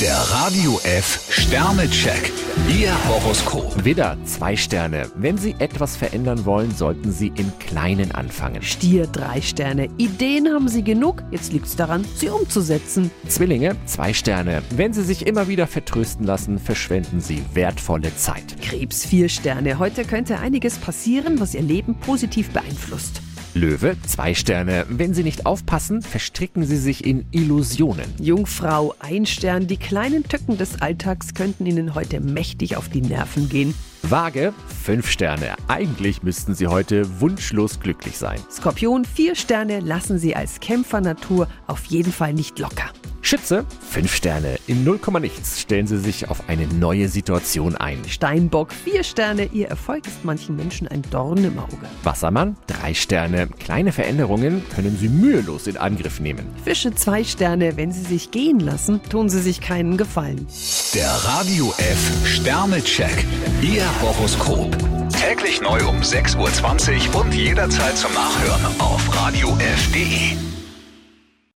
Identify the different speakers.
Speaker 1: Der Radio F Sternecheck. Ihr Horoskop.
Speaker 2: Widder, zwei Sterne. Wenn Sie etwas verändern wollen, sollten Sie im Kleinen anfangen.
Speaker 3: Stier drei Sterne. Ideen haben Sie genug, jetzt liegt's daran, sie umzusetzen.
Speaker 2: Zwillinge, zwei Sterne. Wenn Sie sich immer wieder vertrösten lassen, verschwenden Sie wertvolle Zeit.
Speaker 3: Krebs vier Sterne. Heute könnte einiges passieren, was Ihr Leben positiv beeinflusst.
Speaker 2: Löwe, zwei Sterne. Wenn Sie nicht aufpassen, verstricken Sie sich in Illusionen.
Speaker 3: Jungfrau ein Stern. Die kleinen Tücken des Alltags könnten Ihnen heute mächtig auf die Nerven gehen.
Speaker 2: Waage, fünf Sterne. Eigentlich müssten Sie heute wunschlos glücklich sein.
Speaker 3: Skorpion vier Sterne. Lassen Sie als Kämpfernatur auf jeden Fall nicht locker.
Speaker 2: Schütze, fünf Sterne. In 0, nichts stellen Sie sich auf eine neue Situation ein.
Speaker 3: Steinbock vier Sterne. Ihr Erfolg ist manchen Menschen ein Dorn im Auge.
Speaker 2: Wassermann, drei Sterne. Kleine Veränderungen können Sie mühelos in Angriff nehmen.
Speaker 3: Fische zwei Sterne. Wenn Sie sich gehen lassen, tun Sie sich keinen Gefallen.
Speaker 1: Der Radio F Sternecheck. Ihr Horoskop. Täglich neu um 6.20 Uhr und jederzeit zum Nachhören auf Radio radiof.de.